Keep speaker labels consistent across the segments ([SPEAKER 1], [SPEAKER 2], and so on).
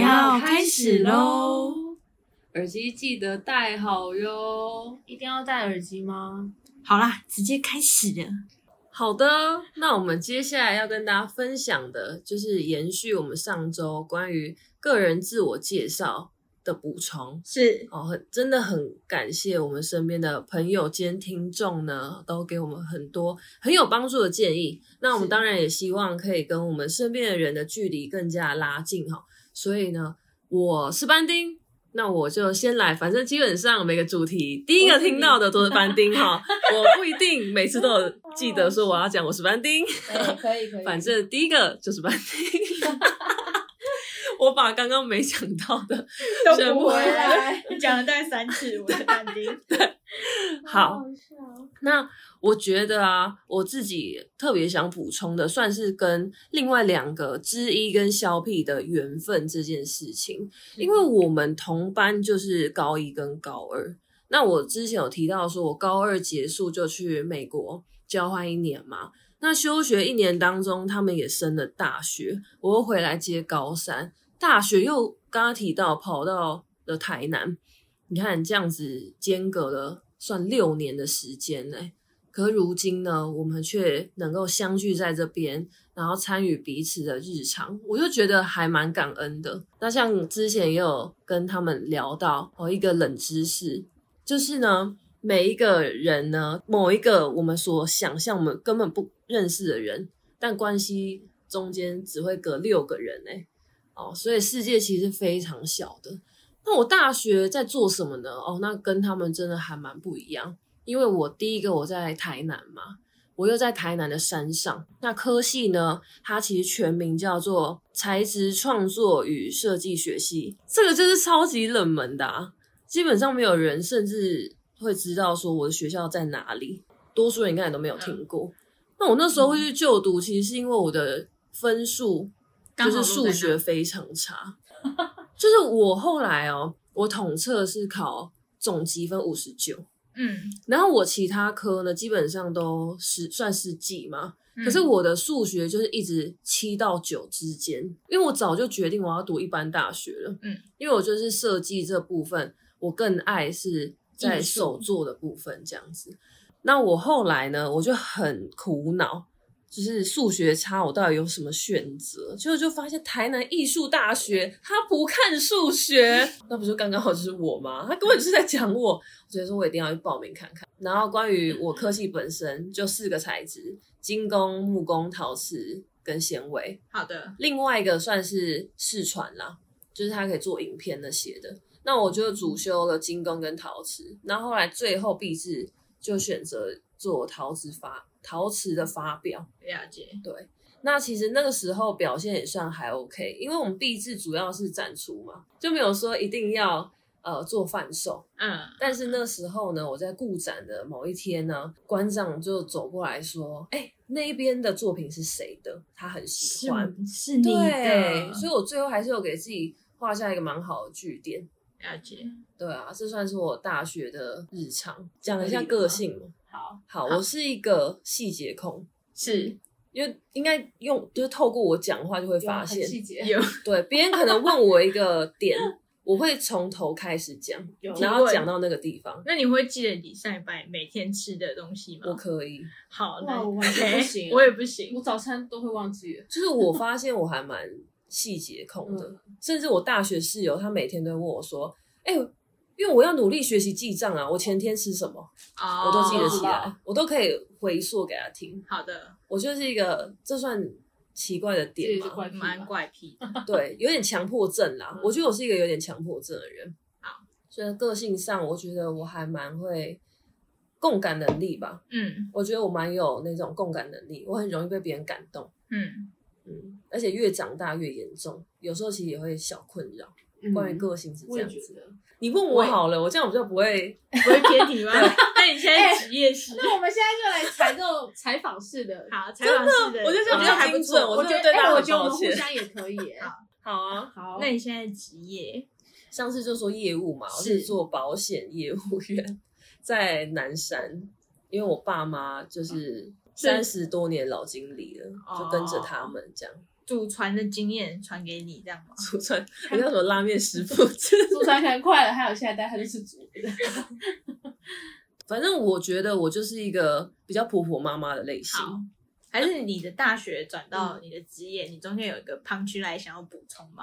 [SPEAKER 1] 要开始喽！
[SPEAKER 2] 耳机记得戴好哟。
[SPEAKER 3] 一定要戴耳机吗？
[SPEAKER 1] 好啦，直接开始了。
[SPEAKER 2] 好的，那我们接下来要跟大家分享的就是延续我们上周关于个人自我介绍的补充。
[SPEAKER 1] 是，
[SPEAKER 2] 哦，很真的很感谢我们身边的朋友兼听众呢，都给我们很多很有帮助的建议。那我们
[SPEAKER 1] 是
[SPEAKER 2] 当然也希望可以跟我们身边的人的距离更加拉近哈、所以呢，我是班丁，那我就先来，反正基本上每个主题第一个听到的都是班丁哈、 我不一定每次都有记得说我要讲我是班丁。
[SPEAKER 4] 哦
[SPEAKER 3] 可以可以
[SPEAKER 2] 反正第一个就是班丁。 我把刚刚没讲到的全部
[SPEAKER 4] 来。你讲了大概三次，我的淡 定。
[SPEAKER 2] 好，那我觉得啊，我自己特别想补充的，算是跟另外两个之一跟肖屁的缘分这件事情，因为我们同班就是高一跟高二。那我之前有提到说，我高二结束就去美国交换一年嘛。那休学一年当中，他们也升了大学，我又回来接高三，大学又刚刚提到跑到了台南，你看这样子间隔了算六年的时间嘞、可如今呢，我们却能够相聚在这边，然后参与彼此的日常，我就觉得还蛮感恩的。那像之前也有跟他们聊到哦，一个冷知识，就是呢，每一个人呢，某一个我们所想象我们根本不认识的人，但关系中间只会隔六个人哎、哦，所以世界其实非常小的。那我大学在做什么呢？哦，那跟他们真的还蛮不一样。因为我第一个我在台南嘛，我又在台南的山上。那科系呢，它其实全名叫做材质创作与设计学系，这个就是超级冷门的啊，基本上没有人甚至会知道说我的学校在哪里，多数人应该也都没有听过。
[SPEAKER 3] 嗯
[SPEAKER 2] 那我那时候会去就读，其实是因为我的分数就
[SPEAKER 3] 刚好
[SPEAKER 2] 是
[SPEAKER 3] 都在那
[SPEAKER 2] 数学非常 差，就是我后来哦，我统测是考总积分五十九。
[SPEAKER 4] 嗯，
[SPEAKER 2] 然后我其他科呢，基本上都是算是几嘛。
[SPEAKER 4] 嗯
[SPEAKER 2] 可是我的数学就是一直七到九之间，因为我早就决定我要读一般大学了。
[SPEAKER 4] 嗯，
[SPEAKER 2] 因为我就是设计这部分，我更爱是在手做的部分这样子。那我后来呢，我就很苦恼，就是数学差，我到底有什么选择？结果就发现台南艺术大学他不看数学，那不就刚刚好就是我吗？他根本就是在讲我。所以说我一定要去报名看看。然后关于我科系本身就四个材质：金工、木工、陶瓷跟纤维。
[SPEAKER 4] 好的，
[SPEAKER 2] 另外一个算是试传啦，就是它可以做影片那些的。那我就主修了金工跟陶瓷，然后后来最后毕制就选择做陶瓷发陶瓷的发表。
[SPEAKER 4] 了解。
[SPEAKER 2] 对，那其实那个时候表现也算还 OK，因为我们毕制主要是展出嘛，就没有说一定要呃做贩售。
[SPEAKER 4] 嗯，
[SPEAKER 2] 但是那时候呢，我在顾展的某一天呢，馆长就走过来说：“哎、那边的作品是谁的？他很喜欢。
[SPEAKER 1] 是你
[SPEAKER 2] 对，
[SPEAKER 1] 的，
[SPEAKER 2] 所以我最后还是有给自己画下一个蛮好的句点。
[SPEAKER 4] 了解。
[SPEAKER 2] 对啊，这算是我大学的日常。讲一下个性嘛。
[SPEAKER 3] 好，
[SPEAKER 2] 好，我是一个细节控，
[SPEAKER 4] 是
[SPEAKER 2] 因为应该用就是透过我讲话就会
[SPEAKER 1] 啊
[SPEAKER 2] 发现
[SPEAKER 3] 很，细节，
[SPEAKER 4] 有
[SPEAKER 2] 对别人可能问我一个点，我会从头开始讲
[SPEAKER 3] 有，
[SPEAKER 2] 然
[SPEAKER 4] 提
[SPEAKER 2] 后
[SPEAKER 4] 问
[SPEAKER 2] 讲到那个地方，
[SPEAKER 4] 那你会记得你上礼拜每天吃的东西吗？
[SPEAKER 2] 我可以。
[SPEAKER 4] 好，
[SPEAKER 3] 哇
[SPEAKER 4] 那
[SPEAKER 3] 我完全
[SPEAKER 4] OK，
[SPEAKER 3] 不行
[SPEAKER 4] 我也不行。
[SPEAKER 3] 我早餐都会忘记了。
[SPEAKER 2] 就是我发现我还蛮细节控的，甚至我大学室友他每天都会问我说：“哎、因为我要努力学习记账啊，我前天吃什么，
[SPEAKER 4] 哦
[SPEAKER 2] 我都记得起
[SPEAKER 3] 我知
[SPEAKER 2] 来，我都可以回溯给他听。
[SPEAKER 4] 好的，
[SPEAKER 2] 我就是一个这算奇怪的
[SPEAKER 3] 这
[SPEAKER 2] 点
[SPEAKER 3] 也是嗯
[SPEAKER 2] 嘛，
[SPEAKER 3] 怪癖吧
[SPEAKER 4] 蛮怪癖的。
[SPEAKER 2] 对，有点强迫症啦。我觉得我是一个有点强迫症的人。
[SPEAKER 4] 好，
[SPEAKER 2] 所以个性上，我觉得我还蛮会共感能力吧。
[SPEAKER 4] 嗯
[SPEAKER 2] 我觉得我蛮有那种共感能力，我很容易被别人感动。
[SPEAKER 4] 嗯，
[SPEAKER 2] 嗯，而且越长大越严重，有时候其实也会小困扰。
[SPEAKER 3] 嗯
[SPEAKER 2] 关于个性是
[SPEAKER 3] 我
[SPEAKER 2] 这
[SPEAKER 3] 也
[SPEAKER 2] 样
[SPEAKER 3] 觉
[SPEAKER 2] 子，
[SPEAKER 3] 得。
[SPEAKER 2] 你问我好了，我这样我就不会。
[SPEAKER 4] 不会偏题 吗？那你现在职业是？，
[SPEAKER 3] 那我们现在就来采这种采访式的
[SPEAKER 4] 好，采访式的，
[SPEAKER 2] 我就觉得比较
[SPEAKER 4] 还不
[SPEAKER 2] 精准
[SPEAKER 4] 错。
[SPEAKER 3] 我觉
[SPEAKER 2] 我真的
[SPEAKER 3] 得，
[SPEAKER 2] 对大家
[SPEAKER 3] 哎，
[SPEAKER 2] 很
[SPEAKER 3] 我觉得我们
[SPEAKER 2] 抱
[SPEAKER 3] 互
[SPEAKER 2] 歉
[SPEAKER 3] 相也可以耶。
[SPEAKER 2] 好啊，
[SPEAKER 3] 好，
[SPEAKER 4] 那你现在职业？
[SPEAKER 2] 上次就说业务嘛，我是
[SPEAKER 4] 是
[SPEAKER 2] 做保险业务员，在南山，因为我爸妈就是
[SPEAKER 4] 啊
[SPEAKER 2] 三十多年老经理了，就跟
[SPEAKER 4] 哦
[SPEAKER 2] 着他们这样。
[SPEAKER 4] 祖传的经验传给你，这样吗？
[SPEAKER 2] 祖传，你叫什么拉面师 傅？真的
[SPEAKER 3] 祖传可能快了，还有下一代他就是祖的。
[SPEAKER 2] 反正我觉得我就是一个比较婆婆妈妈的类型。
[SPEAKER 4] 好还是你的大学转到你的职业，你中间有一个 punch line 想要补充吗？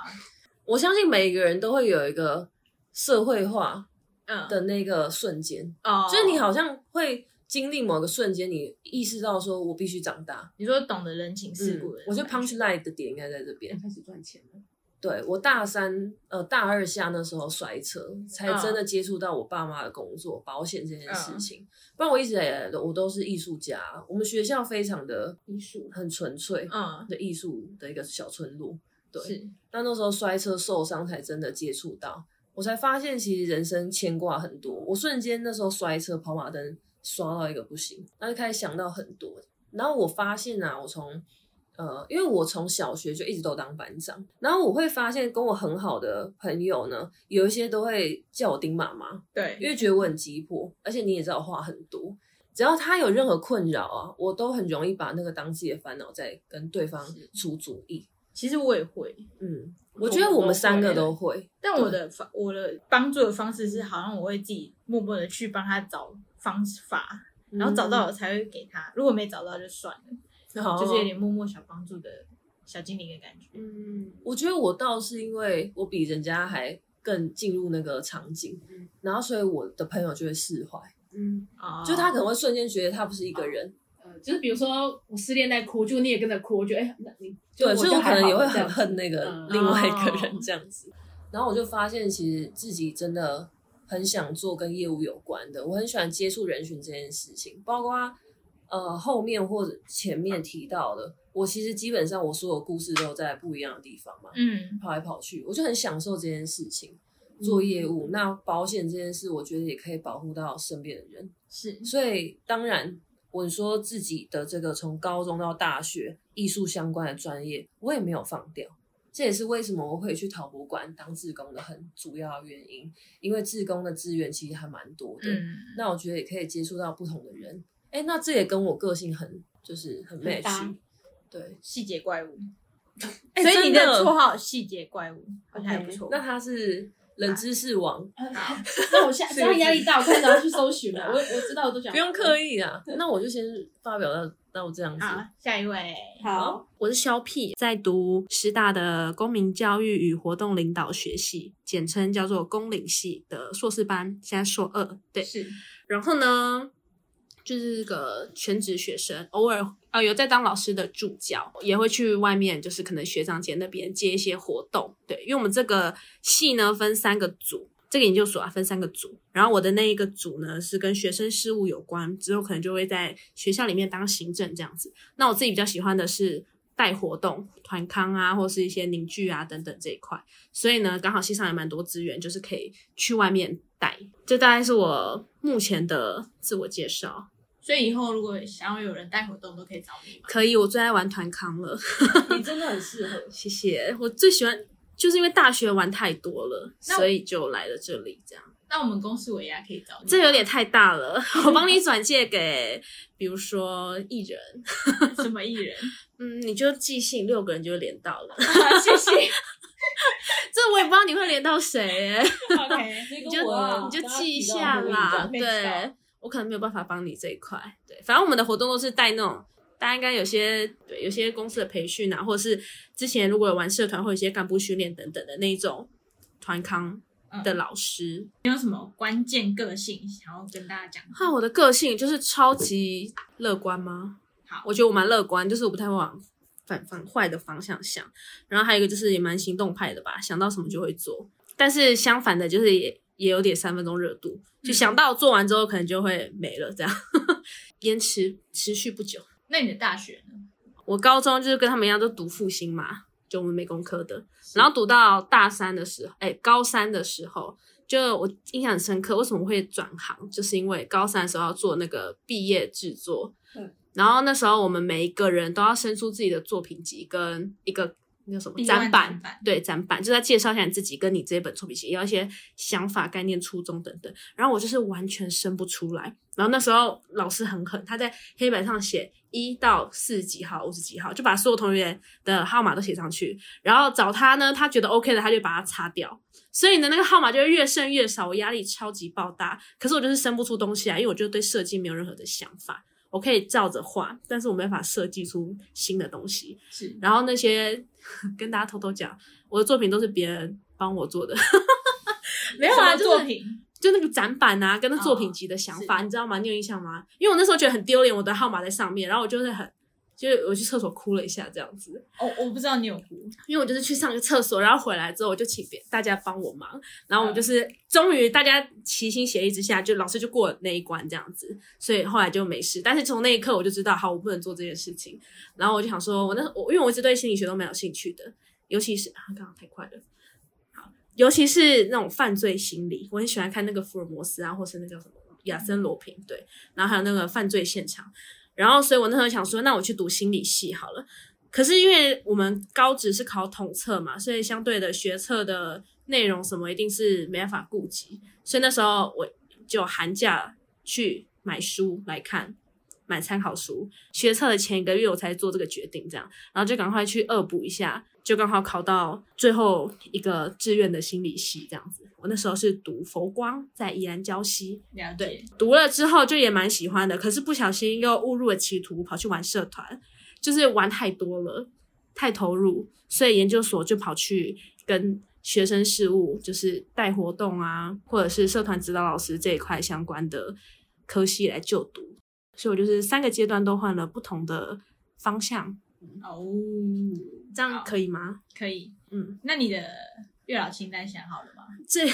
[SPEAKER 2] 我相信每一个人都会有一个社会化
[SPEAKER 4] 嗯，
[SPEAKER 2] 的那个瞬间，
[SPEAKER 4] 哦，
[SPEAKER 2] 就是你，好像会经历某个瞬间，你意识到说我必须长大。
[SPEAKER 4] 你说懂得人情世故的
[SPEAKER 2] 嗯
[SPEAKER 4] 人，
[SPEAKER 2] 我觉得 punch line 的点应该在这边。
[SPEAKER 3] 开始赚钱了，
[SPEAKER 2] 对我大三呃大二下那时候摔车，才
[SPEAKER 4] 嗯
[SPEAKER 2] 真的接触到我爸妈的工作保险这件事情。不然我一直以来我都是艺术家，我们学校非常的
[SPEAKER 3] 艺术
[SPEAKER 2] 很纯粹
[SPEAKER 4] 嗯，
[SPEAKER 2] 的艺术的一个小村落。对，
[SPEAKER 4] 是，
[SPEAKER 2] 那那时候摔车受伤才真的接触到，我才发现其实人生牵挂很多。我瞬间那时候摔车跑马灯刷到一个不行，那就开始想到很多。然后我发现啊，我从呃，因为我从小学就一直都当班长，然后我会发现跟我很好的朋友呢，有一些都会叫我丁妈妈，
[SPEAKER 4] 对，
[SPEAKER 2] 因为觉得我很急迫，而且你也知道我话很多，只要他有任何困扰啊，我都很容易把那个当自己的烦恼在跟对方出主意。
[SPEAKER 4] 其实我也会，
[SPEAKER 2] 嗯，我觉得我们三个都会，
[SPEAKER 4] 但我的方我的帮助的方式是，好像我会自己默默的去帮他找方法，然后找到了才会给他，如果没找到就算了，
[SPEAKER 2] 嗯，好
[SPEAKER 4] 就是有。点默默小帮助的小精灵的感觉。
[SPEAKER 3] 嗯，
[SPEAKER 2] 我觉得我倒是因为我比人家还更进入那个场景，
[SPEAKER 3] 嗯
[SPEAKER 2] 然后所以我的朋友就会释怀，
[SPEAKER 3] 嗯，
[SPEAKER 4] 啊
[SPEAKER 2] 就他可能会瞬间觉得他不是一个人，
[SPEAKER 3] 呃，就是比如说我失恋在哭，就你也跟着哭，我觉得哎，那你
[SPEAKER 2] 对，所以我
[SPEAKER 3] 就
[SPEAKER 2] 可
[SPEAKER 3] 还好
[SPEAKER 2] 能也会
[SPEAKER 3] 这
[SPEAKER 2] 很
[SPEAKER 3] 样
[SPEAKER 2] 恨那个
[SPEAKER 3] 嗯
[SPEAKER 2] 另外一个人这样子。然后我就发现，其实自己真的很想做跟业务有关的，我很喜欢接触人群这件事情，包括呃后面或者前面提到的，我其实基本上我所有故事都在不一样的地方嘛，
[SPEAKER 4] 嗯，
[SPEAKER 2] 跑来跑去，我就很享受这件事情。
[SPEAKER 3] 嗯
[SPEAKER 2] 做业务，那保险这件事，我觉得也可以保护到身边的人。
[SPEAKER 4] 是
[SPEAKER 2] 所以当然，我说自己的这个从高中到大学艺术相关的专业，我也没有放掉。这也是为什么我会去陶博馆当志工的很主要的原因，因为志工的资源其实还蛮多的。
[SPEAKER 4] 嗯，
[SPEAKER 2] 那我觉得也可以接触到不同的人。哎，那这也跟我个性很就是很
[SPEAKER 3] 很搭
[SPEAKER 2] match。对，
[SPEAKER 4] 细节怪物，
[SPEAKER 1] 哎
[SPEAKER 2] 诶
[SPEAKER 4] 所以你的
[SPEAKER 2] 真的
[SPEAKER 4] 绰号细节怪物好像还不错。
[SPEAKER 2] 那他是
[SPEAKER 3] 啊
[SPEAKER 2] 冷知识王，
[SPEAKER 3] 那 我现在只要压力大，我开始要去搜寻了。我我知道我都讲
[SPEAKER 2] 不用刻意啊。那我就先发表到到这样子。
[SPEAKER 4] 好，下一位，
[SPEAKER 3] 好，
[SPEAKER 1] 我是肖屁，在读师大的公民教育与活动领导学系，简称叫做公领系的硕士班，现在硕二。对，
[SPEAKER 3] 是
[SPEAKER 1] 然后呢，就是个全职学生，偶尔呃有在当老师的助教，也会去外面，就是可能学长姐那边接一些活动。对，因为我们这个系呢分三个组，这个研究所啊分三个组，然后我的那一个组呢是跟学生事务有关，之后可能就会在学校里面当行政这样子。那我自己比较喜欢的是。带活动、团康啊，或是一些凝聚啊等等这一块，所以呢，刚好系上也蛮多资源，就是可以去外面带。这大概是我目前的自我介绍。
[SPEAKER 4] 所以以后如果想要有人带活动，都可以找你嘛。
[SPEAKER 1] 可以，我最爱玩团康了，
[SPEAKER 3] 你真的很适合。
[SPEAKER 1] 谢谢。我最喜欢就是因为大学玩太多了，
[SPEAKER 4] 那
[SPEAKER 1] 所以就来了这里。这样，
[SPEAKER 4] 那我们公司尾牙可以找你，
[SPEAKER 1] 这有点太大了，我帮 你转借给，比如说艺人，
[SPEAKER 4] 什么艺 人？
[SPEAKER 1] 嗯，你就寄信，六个人就连到了。
[SPEAKER 4] 谢谢。
[SPEAKER 1] 这我也不知道你会连到谁、欸，
[SPEAKER 4] OK，
[SPEAKER 1] 你就你就记一下啦。
[SPEAKER 4] 没错
[SPEAKER 1] 对，我可能没有办法帮你这一块。对，反正我们的活动都是带那种，大家应该有些对有些公司的培训啊，或者是之前如果有玩社团或者一些干部训练等等的那一种团康的老师。
[SPEAKER 4] 关键个性想要跟大家讲。
[SPEAKER 1] 看、我的个性就是超级乐观吗？
[SPEAKER 4] 好
[SPEAKER 1] 我觉得我蛮乐观，就是我不太会往。反反坏的方向想，然后还有一个就是也蛮行动派的吧，想到什么就会做。但是相反的，就是也也有点三分钟热度，就想到做完之后可能就会没了，这样 延迟持续不久。
[SPEAKER 4] 那你的大学呢？
[SPEAKER 1] 我高中就是跟他们一样，都读复兴嘛，就我们美工科的。然后读到大三的时候，哎，高三的时候，就我印象很深刻，为什么会转行，就是因为高三的时候要做那个毕业制作，
[SPEAKER 3] 嗯，
[SPEAKER 1] 然后那时候我们每一个人都要生出自己的作品集跟一个那叫什么
[SPEAKER 4] 笔
[SPEAKER 1] 展
[SPEAKER 4] 乱
[SPEAKER 1] 板
[SPEAKER 4] 展板，
[SPEAKER 1] 对展板，就在介绍一下你自己跟你这本作品集，也要一些想法、概念、初衷等等。然后我就是完全生不出来。然后那时候老师很狠，他在黑板上写一到四十几号、五十几号，就把所有同学的号码都写上去。然后找他呢，他觉得 OK 的，他就把它擦掉。所以呢，那个号码就会越剩越少，我压力超级爆大。可是我就是生不出东西来，因为我就对设计没有任何的想法。我可以照着画，但是我没办法设计出新的东西。
[SPEAKER 4] 是
[SPEAKER 1] 然后那些跟大家偷偷讲，我的作品都是别人帮我做的，没有啊，
[SPEAKER 4] 什么
[SPEAKER 1] 就
[SPEAKER 4] 作
[SPEAKER 1] 是
[SPEAKER 4] 品
[SPEAKER 1] 就那个展板啊，跟那作品集的想法，
[SPEAKER 4] 哦是
[SPEAKER 1] 你知道吗？你有印象吗？因为我那时候觉得很丢脸，我的号码在上面，然后我就是很。就是我去厕所哭了一下这样子，
[SPEAKER 4] 哦，我不知道你有哭，
[SPEAKER 1] 因为我就是去上个厕所，然后回来之后我就请别大家帮我忙，然后我们就是终于大家齐心协力之下，就老师就过了那一关这样子，所以后来就没事。但是从那一刻我就知道，好，我不能做这件事情。然后我就想说，我那我因为我一直对心理学都蛮有兴趣的，尤其是啊，刚刚太快了，好，尤其是那种犯罪心理，我很喜欢看那个福尔摩斯啊，或是那叫什么亚森罗平，对，然后还有那个犯罪现场，然后所以我那时候想说，那我去读心理系好了。可是因为我们高职是考统测嘛，所以相对的学测的内容什么一定是没办法顾及，所以那时候我就寒假去买书来看，买参考书。学测的前一个月我才做这个决定，这样，然后就赶快去恶补一下，就刚好考到最后一个志愿的心理系这样子。我那时候是读佛光，在宜兰礁溪，
[SPEAKER 4] 了
[SPEAKER 1] 对
[SPEAKER 4] 解，，
[SPEAKER 1] 读了之后就也蛮喜欢的，可是不小心又误入了歧途，跑去玩社团，就是玩太多了，太投入，所以研究所就跑去跟学生事务，就是带活动啊，或者是社团指导老师这一块相关的科系来就读。所以我就是三个阶段都换了不同的方向，
[SPEAKER 4] 哦，
[SPEAKER 1] 这样
[SPEAKER 4] 好
[SPEAKER 1] 可以吗？
[SPEAKER 4] 可以。
[SPEAKER 1] 嗯，
[SPEAKER 4] 那你的月老清单想好了吗？
[SPEAKER 1] 这，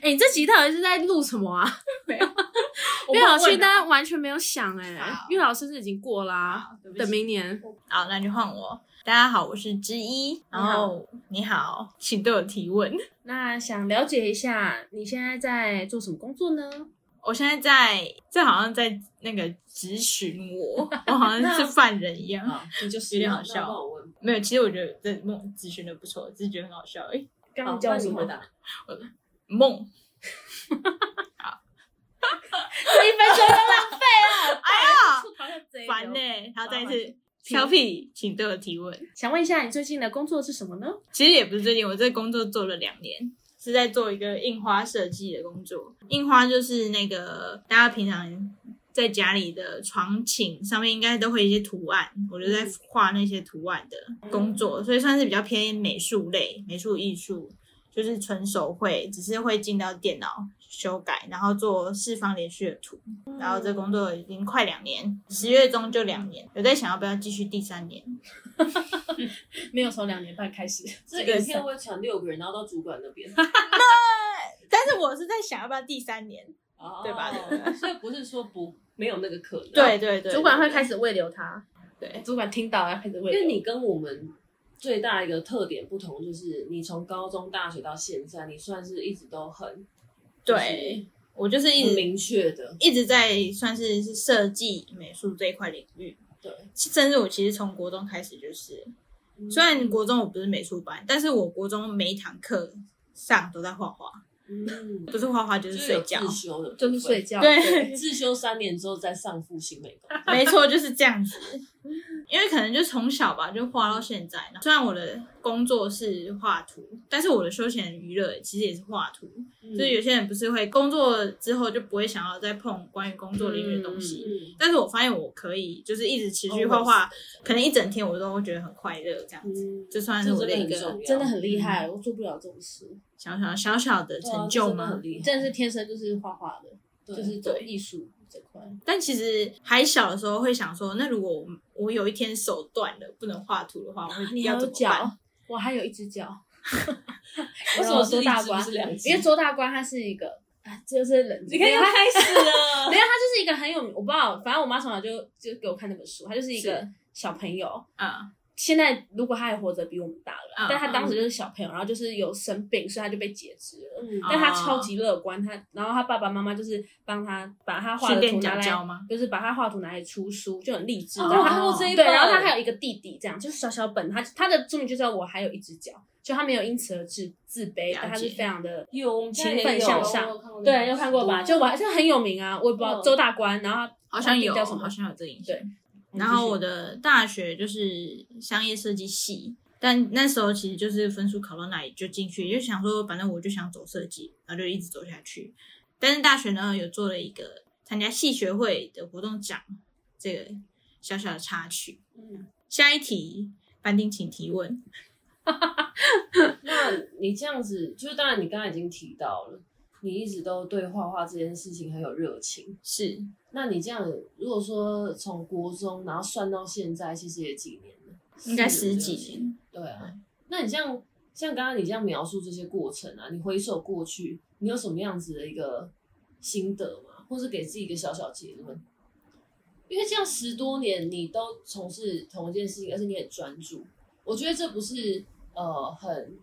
[SPEAKER 1] 哎、你这集到底是在录什么啊？
[SPEAKER 4] 没有，
[SPEAKER 1] 岳老师
[SPEAKER 4] 呢？
[SPEAKER 1] 单完全没有想哎、
[SPEAKER 4] 好
[SPEAKER 1] 岳老师是已经过啦、
[SPEAKER 4] 好对不起
[SPEAKER 1] 等明年。
[SPEAKER 4] 好，那就换我。大家好，我是之一。然后你好，请对我提问。
[SPEAKER 1] 那想了解一下，你现在在做什么工作呢？
[SPEAKER 4] 我现在在，这好像在那个质询我，我好像是犯人一样。
[SPEAKER 2] 你就是
[SPEAKER 4] 有点好笑
[SPEAKER 2] 嗯那我问
[SPEAKER 4] 没有，其实我觉得这梦咨询的不错，只是觉得很好笑而已。
[SPEAKER 1] 刚
[SPEAKER 2] 好
[SPEAKER 1] 刚教
[SPEAKER 2] 那
[SPEAKER 1] 哦你
[SPEAKER 2] 你
[SPEAKER 1] 回
[SPEAKER 2] 回
[SPEAKER 1] 答，
[SPEAKER 2] 答。
[SPEAKER 4] 梦，
[SPEAKER 1] 一分钟都浪费
[SPEAKER 4] 哎
[SPEAKER 1] 了，
[SPEAKER 4] 呀，烦呢、然后再一次，
[SPEAKER 1] 请
[SPEAKER 4] 小屁，请对我提问。
[SPEAKER 1] 想问一下，你最近的工作是什么呢？
[SPEAKER 4] 其实也不是最近，我这工作做了两年，是在做一个印花设计的工作。印花就是那个大家平常在家里的床寝上面应该都会有一些图案，我就在画那些图案的工作，所以算是比较偏美术类、美术艺术，就是纯手绘，只是会进到电脑修改，然后做四方连续的图。然后这工作已经快两年，十月中就两年，有在想要不要继续第三年。
[SPEAKER 1] 没有从两年半开始，
[SPEAKER 2] 这
[SPEAKER 4] 个
[SPEAKER 2] 影
[SPEAKER 4] 是
[SPEAKER 2] 片会传六个人，然后到主管那边，
[SPEAKER 4] 但是我是在想要不要第三年。对吧
[SPEAKER 2] 哦
[SPEAKER 4] 对吧
[SPEAKER 2] 所以不是说不没有那个可能，
[SPEAKER 4] 对，对对，
[SPEAKER 1] 主管会开始慰留他。
[SPEAKER 4] 对
[SPEAKER 1] 主管听到要开始慰
[SPEAKER 2] 因
[SPEAKER 1] 留
[SPEAKER 2] 为你跟我们最大一个特点不同，就是你从高中、大学到现在，你算是一直都很
[SPEAKER 4] 对，我就是
[SPEAKER 2] 就
[SPEAKER 4] 一
[SPEAKER 2] 是很
[SPEAKER 4] 直
[SPEAKER 2] 明确的，
[SPEAKER 4] 一直在算是是设计美术这一块领域，
[SPEAKER 2] 对，嗯
[SPEAKER 4] 甚至我其实从国中开始就是，虽然国中我不是美术班，但是我国中每一堂课上都在画画，
[SPEAKER 2] 嗯，
[SPEAKER 4] 不是画画就
[SPEAKER 2] 就是是有
[SPEAKER 4] 睡觉
[SPEAKER 2] 自，修的，
[SPEAKER 1] 就是睡。觉，
[SPEAKER 4] 对，
[SPEAKER 2] 自修三年之后再上复兴美工，
[SPEAKER 4] 没错，就是这样子。因为可能就从小吧，就画到现在。虽然我的工作是画图，但是我的休闲娱乐其实也是画图。
[SPEAKER 2] 嗯
[SPEAKER 4] 就是有些人不是会工作之后就不会想要再碰关于工作领域的东西，
[SPEAKER 2] 嗯，
[SPEAKER 4] 但是我发现我可以就是一直持续画画，可能一整天我都会觉得很快乐，这样子，
[SPEAKER 2] 嗯，
[SPEAKER 4] 这算是
[SPEAKER 2] 这
[SPEAKER 4] 我的一
[SPEAKER 2] 真的很
[SPEAKER 4] 个
[SPEAKER 2] 重要，
[SPEAKER 1] 真的很厉害，我做不了这种事，
[SPEAKER 4] 小小小小的
[SPEAKER 2] 对啊
[SPEAKER 4] 成就
[SPEAKER 2] 这真的
[SPEAKER 4] 嘛
[SPEAKER 2] 很。厉害，
[SPEAKER 1] 真的是天生就是画画的，
[SPEAKER 2] 对
[SPEAKER 1] 就是走
[SPEAKER 4] 对
[SPEAKER 1] 艺术这块。
[SPEAKER 4] 但其实还小的时候会想说，那如果我我有一天手断了，不能画图的话，我会
[SPEAKER 1] 你
[SPEAKER 4] 要
[SPEAKER 1] 还有
[SPEAKER 4] 怎么办？
[SPEAKER 1] 脚，我还有一只脚。
[SPEAKER 2] 为
[SPEAKER 1] 为
[SPEAKER 2] 什
[SPEAKER 1] 什
[SPEAKER 2] 么
[SPEAKER 1] 么
[SPEAKER 2] 说
[SPEAKER 1] 周
[SPEAKER 2] 一
[SPEAKER 1] 大
[SPEAKER 2] 只不
[SPEAKER 1] 官
[SPEAKER 2] 是？两只？
[SPEAKER 1] 因为周大官他是一个，啊，就是冷，
[SPEAKER 2] 你看又
[SPEAKER 1] 他
[SPEAKER 2] 开始了
[SPEAKER 1] 没，有，他就是一个很有名，我不知道，反正我妈从小就就给我看那本书，他就是一个小朋友，
[SPEAKER 4] 嗯，
[SPEAKER 1] 现在如果他还活着，比我们大了
[SPEAKER 4] 嗯
[SPEAKER 1] 啦，但他当时就是小朋友，然后就是有生病，所以他就被截肢了。
[SPEAKER 3] 嗯
[SPEAKER 1] 但他
[SPEAKER 4] 哦
[SPEAKER 1] 超级乐观，他然后他爸爸妈妈就是帮他把他画
[SPEAKER 4] 训
[SPEAKER 1] 的图
[SPEAKER 4] 练
[SPEAKER 1] 拿
[SPEAKER 4] 家
[SPEAKER 1] 来
[SPEAKER 4] 教吗？
[SPEAKER 1] 就是把他画图拿来出书，就很励志。
[SPEAKER 3] 哦
[SPEAKER 1] 然后
[SPEAKER 3] 我
[SPEAKER 1] 他
[SPEAKER 3] 看过这一
[SPEAKER 1] 对，
[SPEAKER 3] 本，
[SPEAKER 1] 然后他还有一个弟弟，这样就是小小本，他他的重点就知道我还有一只脚，就他没有因此而自自卑，
[SPEAKER 4] 了
[SPEAKER 1] 但他是
[SPEAKER 4] 解
[SPEAKER 1] 非常的
[SPEAKER 2] 有
[SPEAKER 1] 勤奋向上。对，你有看过吧？就我还就很有名啊，我也不知道
[SPEAKER 4] 哦
[SPEAKER 3] 嗯
[SPEAKER 1] 周大观，然后
[SPEAKER 4] 好像有，
[SPEAKER 1] 叫什么
[SPEAKER 4] 好像有这个印象。
[SPEAKER 1] 对
[SPEAKER 4] 然后我的大学就是商业设计系，但那时候其实就是分数考到哪里就进去，就想说反正我就想走设计，然后就一直走下去。但是大学呢有做了一个参加系学会的活动奖，这个小小的插曲。
[SPEAKER 3] 嗯
[SPEAKER 4] 下一题，班丁请提问。
[SPEAKER 2] 那你这样子，就是当然你刚才已经提到了，你一直都对画画这件事情很有热情。
[SPEAKER 4] 是
[SPEAKER 2] 那你这样，如果说从国中然后算到现在，其实也几年了，
[SPEAKER 4] 应该
[SPEAKER 2] 是有
[SPEAKER 4] 十
[SPEAKER 2] 热
[SPEAKER 4] 几
[SPEAKER 2] 情
[SPEAKER 4] 年，
[SPEAKER 2] 对啊，那你像像刚刚你这样描述这些过程啊，你回首过去，你有什么样子的一个心得吗？或是给自己一个小小结论？因为这样十多年你都从事同一件事情，而且你很专注，我觉得这不是呃很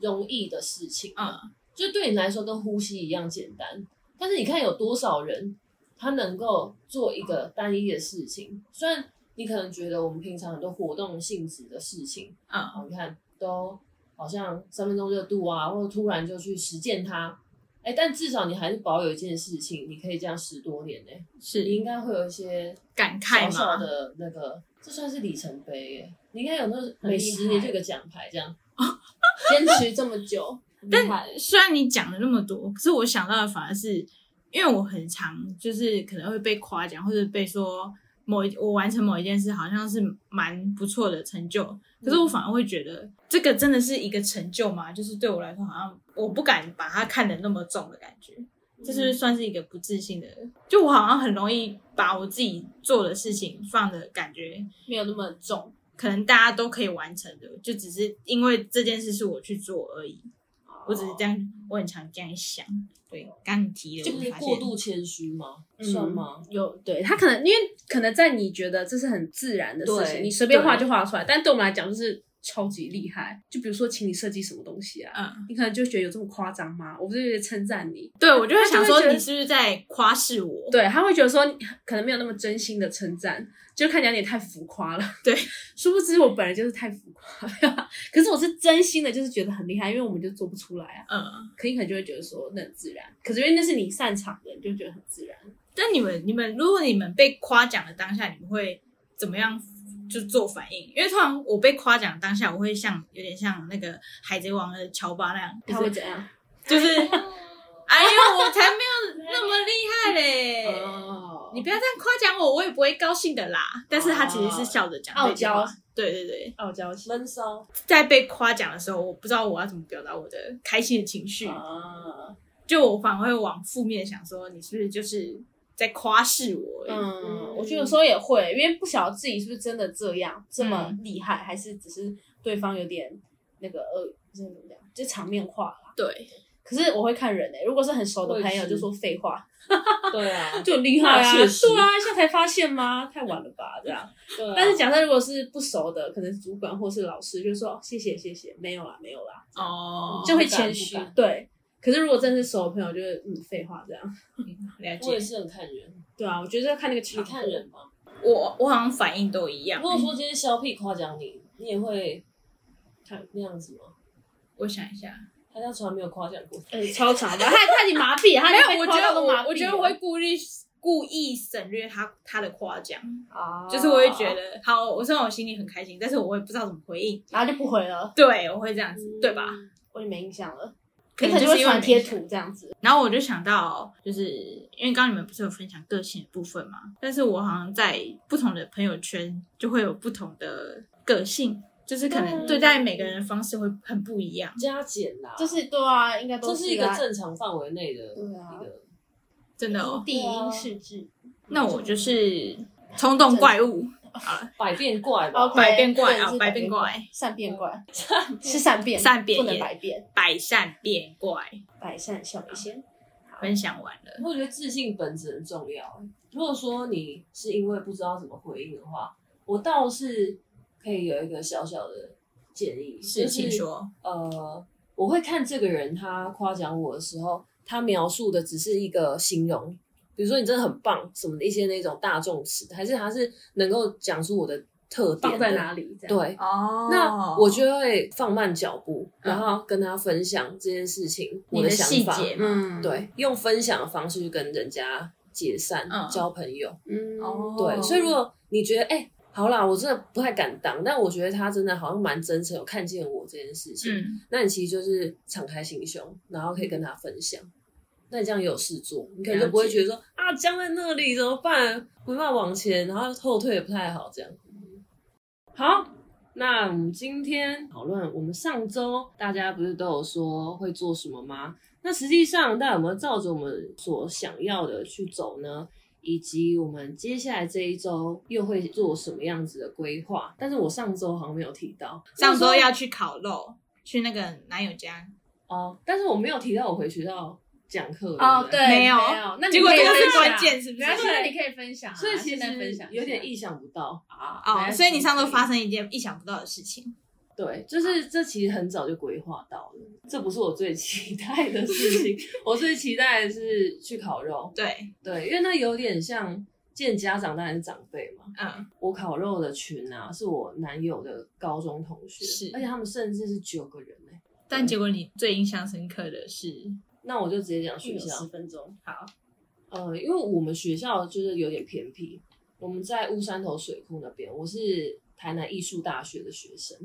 [SPEAKER 2] 容易的事情啊。就对你来说跟呼吸一样简单，但是你看有多少人他能够做一个单一的事情？虽然你可能觉得我们平常很多活动性质的事情，
[SPEAKER 4] 嗯，
[SPEAKER 2] 好，你看都好像三分钟热度啊，或者突然就去实践它。哎、但至少你还是保有一件事情，你可以这样十多年呢、你
[SPEAKER 4] 是
[SPEAKER 2] 应该会有一些
[SPEAKER 4] 感慨
[SPEAKER 2] 小小
[SPEAKER 4] 嘛？
[SPEAKER 2] 的那个，这算是里程碑耶、你应该有那
[SPEAKER 3] 很厉害
[SPEAKER 2] 每十年就有个奖牌这样。
[SPEAKER 1] 坚持这么 久，厉害
[SPEAKER 4] 虽然你讲了那么多，可是我想到的反而是，因为我很常就是可能会被夸奖，或者被说某一我完成某一件事好像是蛮不错的成就，可是我反而会觉得这个真的是一个成就吗？就是对我来说，好像我不敢把它看得那么重的感觉。这是算是一个不自信的，就我好像很容易把我自己做的事情放的感觉
[SPEAKER 1] 没有那么重。
[SPEAKER 4] 可能大家都可以完成的，就只是因为这件事是我去做而已。我只是这样，我很常这样想。对，刚你提了，
[SPEAKER 2] 就
[SPEAKER 4] 我
[SPEAKER 2] 不是
[SPEAKER 4] 发
[SPEAKER 2] 过
[SPEAKER 4] 现
[SPEAKER 2] 度谦虚吗？
[SPEAKER 1] 嗯
[SPEAKER 2] 算吗？
[SPEAKER 1] 有对他可能因为可能在你觉得这是很自然的事
[SPEAKER 2] 对
[SPEAKER 1] 情，你随便画
[SPEAKER 2] 对
[SPEAKER 1] 就画得出来，但对我们来讲就是超级厉害。就比如说，请你设计什么东西啊，
[SPEAKER 4] 嗯，
[SPEAKER 1] 你可能就觉得有这么夸张吗？我不是觉得称赞你，
[SPEAKER 4] 对我就会想说
[SPEAKER 1] 他就会觉得
[SPEAKER 4] 你是不是在夸饰我？
[SPEAKER 1] 对他会觉得说你可能没有那么真心的称赞，就看起来你也太浮夸了。
[SPEAKER 4] 对，
[SPEAKER 1] 殊不知我本来就是太浮夸了， 可是我是真心的，就是觉得很厉害，因为我们就做不出来啊。
[SPEAKER 4] 嗯，
[SPEAKER 1] 可以可能就会觉得说那很自然，可是因为那是你擅长的，你就觉得很自然。
[SPEAKER 4] 但你们你们如果你们被夸奖的当下，你们会怎么样就做反应？因为通常我被夸奖的当下，我会像有点像那个海贼王的乔巴那样，
[SPEAKER 1] 他会怎样？
[SPEAKER 4] 就是哎呦，我才没有那么厉害嘞。
[SPEAKER 1] 哦
[SPEAKER 4] 你不要这样夸奖我，我也不会高兴的啦。但是他其实是笑着讲
[SPEAKER 1] 哦
[SPEAKER 4] 这句话
[SPEAKER 1] 傲娇。
[SPEAKER 4] 对对对，
[SPEAKER 1] 傲娇型
[SPEAKER 2] 闷骚，
[SPEAKER 4] 在被夸奖的时候，我不知道我要怎么表达我的开心的情绪，
[SPEAKER 1] 啊，
[SPEAKER 4] 就我反而会往负面想，说你是不是就是在夸饰我？嗯，
[SPEAKER 1] 嗯，我觉得有时候也会，因为不晓得自己是不是真的这样这么
[SPEAKER 4] 嗯
[SPEAKER 1] 厉害，还是只是对方有点那个呃，就是怎么讲，就场面话啦。
[SPEAKER 4] 对，
[SPEAKER 1] 可是我会看人欸诶、如果是很熟的
[SPEAKER 2] 我也
[SPEAKER 1] 朋友，
[SPEAKER 2] 是
[SPEAKER 1] 就说废话，
[SPEAKER 2] 对 啊，
[SPEAKER 1] 就很厉害啊，
[SPEAKER 2] 那确实
[SPEAKER 1] 对啊，现在才发现吗？太晚了吧，这样。
[SPEAKER 2] 对啊
[SPEAKER 1] 但是假设如果是不熟的，可能是主管或是老师，就说哦谢谢谢谢，没有啦没有啦，
[SPEAKER 4] 哦
[SPEAKER 1] 就会
[SPEAKER 2] 不敢
[SPEAKER 1] 谦虚
[SPEAKER 2] 不敢。
[SPEAKER 1] 对，可是如果真的是熟的朋友，就是嗯废话这样。
[SPEAKER 4] 了
[SPEAKER 2] 我也
[SPEAKER 4] 解。
[SPEAKER 2] 是很看人，
[SPEAKER 1] 对啊，我觉得要看那
[SPEAKER 2] 你
[SPEAKER 1] 个场合
[SPEAKER 2] 看人吧。
[SPEAKER 4] 我我好像反应都一样
[SPEAKER 2] 如。果说今天肖屁夸奖你，你也会看那样子吗？
[SPEAKER 4] 我想一下，
[SPEAKER 2] 他家从来没有夸奖过。
[SPEAKER 1] 呃，超长吧，他他已经麻痹了，他
[SPEAKER 4] 没
[SPEAKER 1] 已
[SPEAKER 4] 有，
[SPEAKER 1] 经
[SPEAKER 4] 我
[SPEAKER 1] 被
[SPEAKER 4] 觉
[SPEAKER 1] 夸到
[SPEAKER 4] 得
[SPEAKER 1] 都麻痹
[SPEAKER 4] 我
[SPEAKER 1] 了
[SPEAKER 4] 我觉得我会故意故意省略他他的夸奖，
[SPEAKER 1] 啊
[SPEAKER 4] 就是我会觉，得好，我虽然我心里很开心，但是我也不知道怎么回应。
[SPEAKER 1] 然后就不回了，
[SPEAKER 4] 对，我会这样子，对吧？
[SPEAKER 1] 我就没印象了。
[SPEAKER 4] 可
[SPEAKER 1] 嗯你
[SPEAKER 4] 能
[SPEAKER 1] 可能
[SPEAKER 4] 就是
[SPEAKER 1] 会
[SPEAKER 4] 因为
[SPEAKER 1] 传
[SPEAKER 4] 没
[SPEAKER 1] 贴
[SPEAKER 4] 想
[SPEAKER 1] 图这样子，
[SPEAKER 4] 然后我就想到，就是因为刚刚你们不是有分享个性的部分嘛，但是我好像在不同的朋友圈就会有不同的个性，就是可能对待每个人的方式会很不一样，
[SPEAKER 2] 加减啦，
[SPEAKER 1] 这是对啊，应该都
[SPEAKER 2] 这是一个
[SPEAKER 1] 啊
[SPEAKER 2] 正常范围内的
[SPEAKER 1] 对
[SPEAKER 2] 一
[SPEAKER 1] 啊
[SPEAKER 2] 个，
[SPEAKER 4] 真的哦。
[SPEAKER 1] 地因世制。
[SPEAKER 4] 那我就是冲动怪物，
[SPEAKER 2] 百变怪
[SPEAKER 1] 哦
[SPEAKER 2] 吧。
[SPEAKER 4] 百变怪
[SPEAKER 1] 对
[SPEAKER 4] 啊
[SPEAKER 1] 是
[SPEAKER 4] 百变怪，
[SPEAKER 1] 善变怪， 是善变，
[SPEAKER 4] 善变
[SPEAKER 1] 不能
[SPEAKER 4] 也
[SPEAKER 1] 百变，
[SPEAKER 4] 百善变怪。
[SPEAKER 1] 百善孝为先。
[SPEAKER 4] 分享完了，
[SPEAKER 2] 我觉得自信本质很重要。如果说你是因为不知道怎么回应的话，我倒是可以有一个小小的建议，
[SPEAKER 4] 是，
[SPEAKER 2] 就
[SPEAKER 4] 请说。
[SPEAKER 2] 呃，我会看这个人他夸奖我的时候，他描述的只是一个形容，比如说你真的很棒什么的一些那种大众词，还是他是能够讲出我的特点
[SPEAKER 1] 放在
[SPEAKER 2] 的
[SPEAKER 1] 哪里？啊这样，
[SPEAKER 2] 对，
[SPEAKER 4] 哦嗯
[SPEAKER 2] 那我就会放慢脚步，然后跟他分享这件事情
[SPEAKER 4] 你
[SPEAKER 2] 我
[SPEAKER 4] 的
[SPEAKER 2] 想
[SPEAKER 4] 细
[SPEAKER 2] 法，
[SPEAKER 4] 节嘛，
[SPEAKER 1] 嗯，，
[SPEAKER 2] 对，用分享的方式去跟人家解散、
[SPEAKER 4] 嗯
[SPEAKER 2] 交朋友。
[SPEAKER 1] 嗯，
[SPEAKER 4] 哦
[SPEAKER 2] 对，所以如果你觉得，哎、好啦，我真的不太敢当，但我觉得他真的好像蛮真诚，有看见我这件事情。
[SPEAKER 4] 嗯，
[SPEAKER 2] 那你其实就是敞开心胸，然后可以跟他分享。那你这样有事做，你可能就不会觉得说啊僵在那里怎么办，没办法往前，然后后退也不太好这样。好，那我们今天讨论，我们上周大家不是都有说会做什么吗？那实际上大家有没有照着我们所想要的去走呢？以及我们接下来这一周又会做什么样子的规划？但是我上周好像没有提到，
[SPEAKER 4] 上周要去烤肉，去那个男友家，
[SPEAKER 2] 哦，但是我没有提到我回学校讲课
[SPEAKER 1] 哦，
[SPEAKER 2] 不
[SPEAKER 1] 对，
[SPEAKER 4] 没有
[SPEAKER 1] 有，那你
[SPEAKER 4] 结果
[SPEAKER 1] 可以
[SPEAKER 4] 这个
[SPEAKER 1] 分
[SPEAKER 4] 是
[SPEAKER 1] 享
[SPEAKER 4] 关，键，是不
[SPEAKER 1] 没
[SPEAKER 4] 是？哦
[SPEAKER 1] 关系，那你可以分享啊，
[SPEAKER 2] 所以其
[SPEAKER 1] 现在分
[SPEAKER 2] 实
[SPEAKER 1] 享
[SPEAKER 2] 有点
[SPEAKER 1] 意
[SPEAKER 2] 意想不到。
[SPEAKER 1] 啊
[SPEAKER 4] 哦，所以你上周发
[SPEAKER 1] 生
[SPEAKER 4] 生一件意想不到的事情，
[SPEAKER 2] 对，就是这其实很早就规划到了，这不是我最期待的事 情。我最期待的是去烤肉，
[SPEAKER 4] 对，
[SPEAKER 2] 对，因为那有点像见家长，当然是长辈嘛。
[SPEAKER 4] 嗯，
[SPEAKER 2] 我烤肉的群啊，是我男友的高中同学，
[SPEAKER 4] 是
[SPEAKER 2] 而且他们甚至是九个人呢、
[SPEAKER 4] 但结果你最印象深刻的是，
[SPEAKER 2] 那我就直接讲学
[SPEAKER 3] 有
[SPEAKER 1] 哎
[SPEAKER 2] 校
[SPEAKER 3] 十，分钟，好，
[SPEAKER 2] 呃，因为我们学校就是有点偏僻，我们在乌山头水库那边，我是台南艺术大学的学生。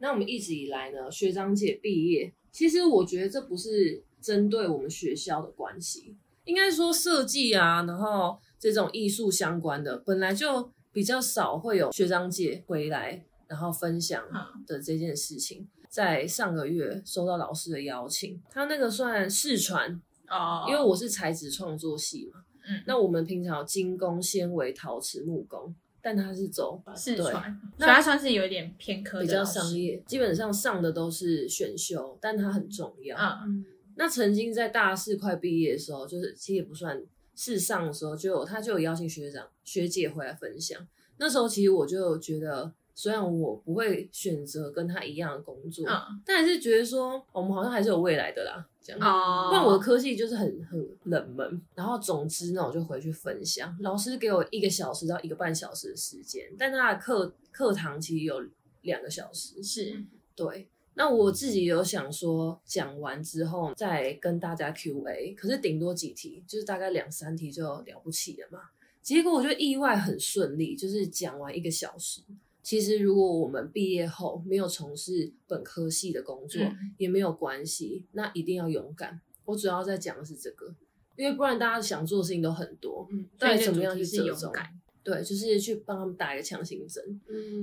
[SPEAKER 2] 那我们一直以来呢，学长姐毕业，其实我觉得这不是针对我们学校的关系，应该说设计啊，然后这种艺术相关的，本来就比较少会有学长姐回来，然后分享
[SPEAKER 4] 嗯
[SPEAKER 2] 的这件事情。在上个月收到老师的邀请，他那个算试传，
[SPEAKER 4] 哦
[SPEAKER 2] 因为我是材质创作系嘛，
[SPEAKER 4] 嗯
[SPEAKER 2] 那我们平常有精工、纤维、陶瓷、木工，但它是走
[SPEAKER 4] 四
[SPEAKER 2] 对
[SPEAKER 4] 川，
[SPEAKER 2] 那
[SPEAKER 4] 所以他算是有点偏科的
[SPEAKER 2] 比较
[SPEAKER 4] 老师
[SPEAKER 2] 商，业，基本上上的都是选修，但它很重要。
[SPEAKER 4] 嗯，
[SPEAKER 2] 那曾经在大四快毕业的时候，就是其实也不算是上的时候，就有他就有邀请学长学姐回来分享。那时候其实我就觉得，虽然我不会选择跟他一样的工作，
[SPEAKER 4] 嗯
[SPEAKER 2] 但还是觉得说哦我们好像还是有未来的啦，这样。
[SPEAKER 4] 哦，
[SPEAKER 2] 但我的科系就是很很冷门，然后总之呢，我就回去分享。老师给我一个小时到一个半小时的时间，但他的课课堂其实有两个小时。
[SPEAKER 4] 是
[SPEAKER 2] 对，那我自己有想说，讲完之后再跟大家 Q&A，可是顶多几题，就是大概两三题就了不起了嘛。结果我就意外很顺利，就是讲完一个小时。其实如果我们毕业后没有从事本科系的工作，
[SPEAKER 4] 嗯
[SPEAKER 2] 也没有关系，那一定要勇敢。我主要在讲的是这个，因为不然大家想做的事情都很多，
[SPEAKER 1] 嗯，
[SPEAKER 2] 到
[SPEAKER 4] 所以这
[SPEAKER 2] 底怎么
[SPEAKER 4] 主
[SPEAKER 2] 样
[SPEAKER 4] 题
[SPEAKER 2] 去
[SPEAKER 4] 是
[SPEAKER 2] 折
[SPEAKER 4] 勇
[SPEAKER 2] 中
[SPEAKER 4] 敢？嗯
[SPEAKER 2] 对，就是去帮他们打一个强心针，
[SPEAKER 1] 因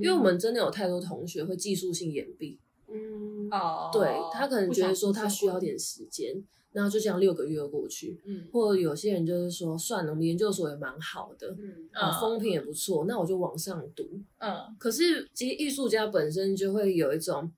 [SPEAKER 2] 因为我们真的有太多同学会技术性延毕，
[SPEAKER 1] 嗯
[SPEAKER 4] 哦，
[SPEAKER 2] 对他可能
[SPEAKER 1] 不
[SPEAKER 2] 觉得
[SPEAKER 1] 想
[SPEAKER 2] 说
[SPEAKER 1] 出
[SPEAKER 2] 他
[SPEAKER 1] 社
[SPEAKER 2] 需要
[SPEAKER 1] 会
[SPEAKER 2] 点时间，然后就这样六个月过去，
[SPEAKER 1] 嗯
[SPEAKER 2] 或者有些人就是说算了，我们研究所也蛮好的，
[SPEAKER 1] 嗯
[SPEAKER 2] 啊、
[SPEAKER 4] 嗯
[SPEAKER 2] 风评也不错，那我就往上读。
[SPEAKER 4] 嗯
[SPEAKER 2] 可是其实艺术家本身就会有一种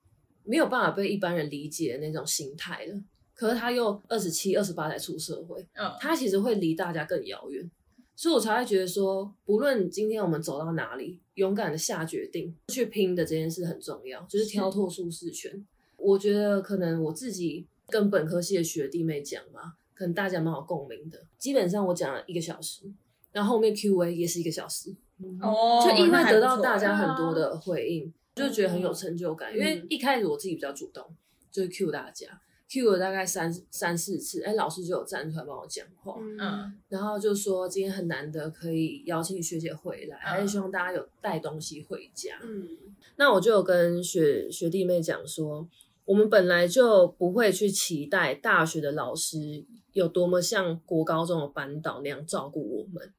[SPEAKER 2] 没有办法被一般人理解的那种心态了。可是他又二十七、二十八才出社会，
[SPEAKER 4] 嗯，
[SPEAKER 2] 他其实会离大家更遥远，所以我才会觉得说，不论今天我们走到哪里，勇敢的下决定去拼的这件事很重要，就是挑脱舒适圈。我觉得可能我自己跟本科系的学弟妹讲嘛，可能大家蛮有共鸣的。基本上我讲了一个小时，然后后面 Q&A 也是一个小时，
[SPEAKER 4] 哦，
[SPEAKER 2] 就意
[SPEAKER 4] 那
[SPEAKER 2] 外
[SPEAKER 4] 还
[SPEAKER 2] 得
[SPEAKER 4] 不
[SPEAKER 2] 到
[SPEAKER 4] 错
[SPEAKER 2] 大家很多的回应，就觉得很有成就感。因为
[SPEAKER 1] 啊嗯
[SPEAKER 2] 一开始我自己比较主动，就是 Q 大家，Q 了大概三三四次，哎，老师就有站出来帮我讲话，
[SPEAKER 1] 嗯
[SPEAKER 4] 嗯
[SPEAKER 2] 然后就说今天很难得可以邀请学姐回来，还是希望大家有带东西回家。
[SPEAKER 1] 嗯
[SPEAKER 2] 那我就有跟学学弟妹讲说，我们本来就不会去期待大学的老师有多么像国高中的班导那样照顾我们，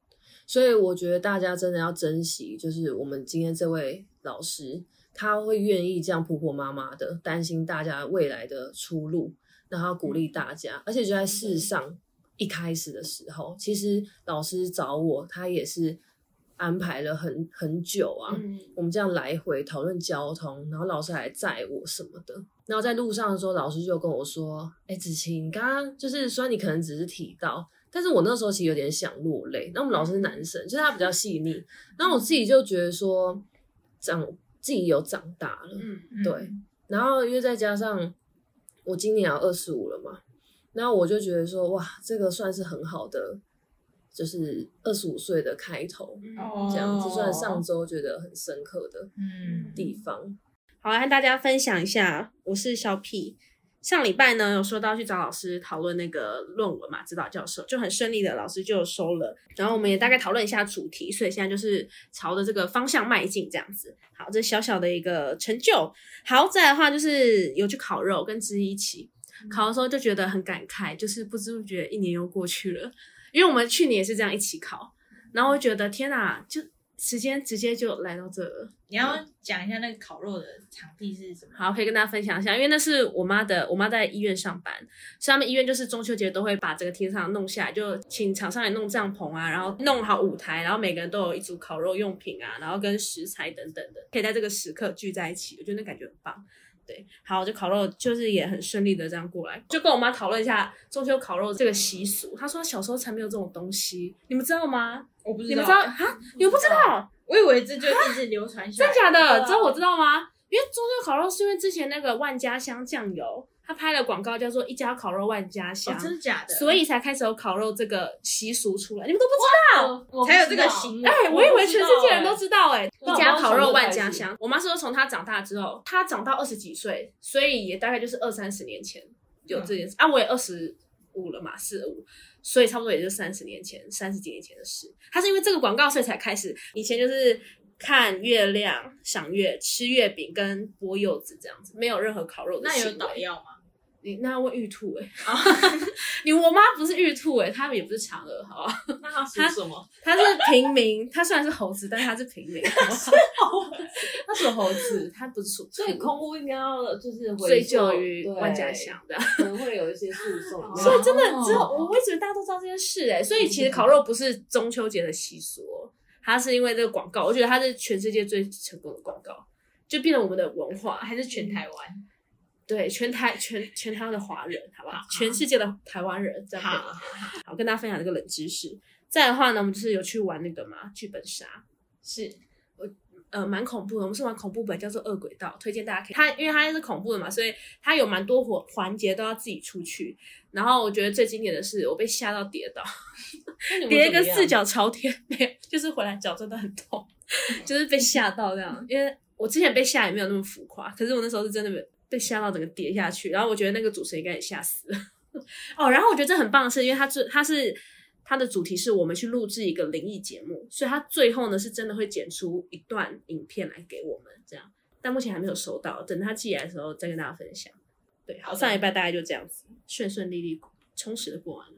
[SPEAKER 2] 所以我觉得大家真的要珍惜，就是我们今天这位老师，他会愿意这样婆婆妈妈的担心大家未来的出路，然后鼓励大家，而且就在世上一开始的时候，其实老师找我，他也是安排了很很久啊，
[SPEAKER 1] 嗯
[SPEAKER 2] 我们这样来回讨论交通，然后老师还载我什么的。然后在路上的时候，老师就跟我说：“哎、子晴，你刚刚就是虽然你可能只是提到，但是我那时候其实有点想落泪。那我们老师是男生，就是他比较细腻。然后我自己就觉得说，长自己有长大了，
[SPEAKER 1] 嗯，
[SPEAKER 4] 嗯
[SPEAKER 2] 对，然后因为再加上我今年要二十五了嘛，然后我就觉得说，哇，这个算是很好的，就是二十五岁的开头，
[SPEAKER 1] 哦
[SPEAKER 2] 这样子算上
[SPEAKER 4] 哦
[SPEAKER 2] 周觉得很深刻的
[SPEAKER 4] 嗯，
[SPEAKER 2] 地方。
[SPEAKER 1] 好，来和大家分享一下，我是小 P。上礼拜呢，有说到去找老师讨论那个论文嘛，指导教授就很顺利的，老师就有收了。然后我们也大概讨论一下主题，所以现在就是朝着这个方向迈进，这样子。好，这是小小的一个成就。好，再来的话就是有去烤肉，跟知一起烤的时候就觉得很感慨，就是不知不觉一年又过去了。因为我们去年也是这样一起烤，然后我觉得天哪，就时间直接就来到这了。
[SPEAKER 4] 你要讲一下那个烤肉的场地是什么？
[SPEAKER 1] 好，可以跟大家分享一下，因为那是我妈的，我妈在医院上班，所以他们医院就是中秋节都会把整个停车场弄下来，就请厂商来弄帐篷啊，然后弄好舞台，然后每个人都有一组烤肉用品啊，然后跟食材等等的，可以在这个时刻聚在一起，我觉得那感觉很棒。对，好，就烤肉就是也很顺利的这样过来，就跟我妈讨论一下中秋烤肉这个习俗。她说小时候才没有这种东西，你们知道吗？
[SPEAKER 4] 我不
[SPEAKER 1] 你们知道啊？你们不知道？
[SPEAKER 4] 我以为这就一直流传下
[SPEAKER 1] 真
[SPEAKER 4] 来。
[SPEAKER 1] 假
[SPEAKER 4] 对
[SPEAKER 1] 的？
[SPEAKER 4] 啊
[SPEAKER 1] 这我知道吗？因为中秋烤肉是因为之前那个万家香酱油，他拍了广告叫做“一家烤肉万家香
[SPEAKER 4] 哦，”，真的假的？
[SPEAKER 1] 所以才开始有烤肉这个习俗出来。你们都不
[SPEAKER 3] 我
[SPEAKER 4] 才有这个行
[SPEAKER 1] 知道？
[SPEAKER 4] 为。
[SPEAKER 1] 哎、我以为全世界人都知道哎、
[SPEAKER 3] 我不
[SPEAKER 1] 一
[SPEAKER 3] 知道
[SPEAKER 1] 家
[SPEAKER 3] 哎
[SPEAKER 1] 烤肉万家香。我妈是说从她长大之后，她长到二十几岁，所以也大概就是二三十年前有这件事、啊。我也二十五了嘛，四五，所以差不多也就三十年前、三十几年前的事。她是因为这个广告，所以才开始。以前就是看月亮、赏月、吃月饼跟剥柚子这样子，没有任何烤肉的
[SPEAKER 4] 欸那
[SPEAKER 1] 行为。
[SPEAKER 4] 有导药吗？
[SPEAKER 1] 你那要问玉兔哎、
[SPEAKER 3] 哦
[SPEAKER 1] 你我妈不是玉兔哎、她也不是嫦娥，好吧？
[SPEAKER 2] 那他属什么？
[SPEAKER 1] 他是平民，他虽然是猴子，但他是 平民。他属猴子，他不是属兔。
[SPEAKER 5] 所以空屋应该要呃就是回
[SPEAKER 1] 追究于
[SPEAKER 5] 对哦
[SPEAKER 1] 万家，祥的，
[SPEAKER 5] 可能会有一些诉讼。
[SPEAKER 1] 所以真的只有我一直以为大家都知道这件事哎、所以其实烤肉不是中秋节的习俗、哦，它是因为这个广告，我觉得它是全世界最成功的广告，就变成我们的文化，
[SPEAKER 4] 还是全台湾？
[SPEAKER 1] 对全台全全台湾的华人，好不好？全世界的台湾人，这样可以吗好，跟大家分享这个冷知识。再来的话呢，我们就是有去玩那个嘛剧本杀，
[SPEAKER 4] 是
[SPEAKER 1] 呃蛮恐怖的，我们是玩恐怖本，叫做《恶鬼道》，推荐大家可以。它因为它是恐怖的嘛，所以它有蛮多环环节都要自己出去。然后我觉得最经典的是我被吓到跌倒，跌一个四脚朝天，没有，就是回来脚真的很痛，就是被吓到这样。因为我之前被吓也没有那么浮夸，可是我那时候是真的被被吓到整个跌下去。然后我觉得那个主持人应该也吓死了。 哦，然后我觉得这很棒的是，因为它最它是它的主题是我们去录制一个灵异节目，所以它最后呢是真的会剪出一段影片来给我们这样，但目前还没有收到，等它寄来的时候再跟大家分享。对，好，
[SPEAKER 4] 好的
[SPEAKER 1] 上一拜大概就这样子，顺顺利利、充实的过完了。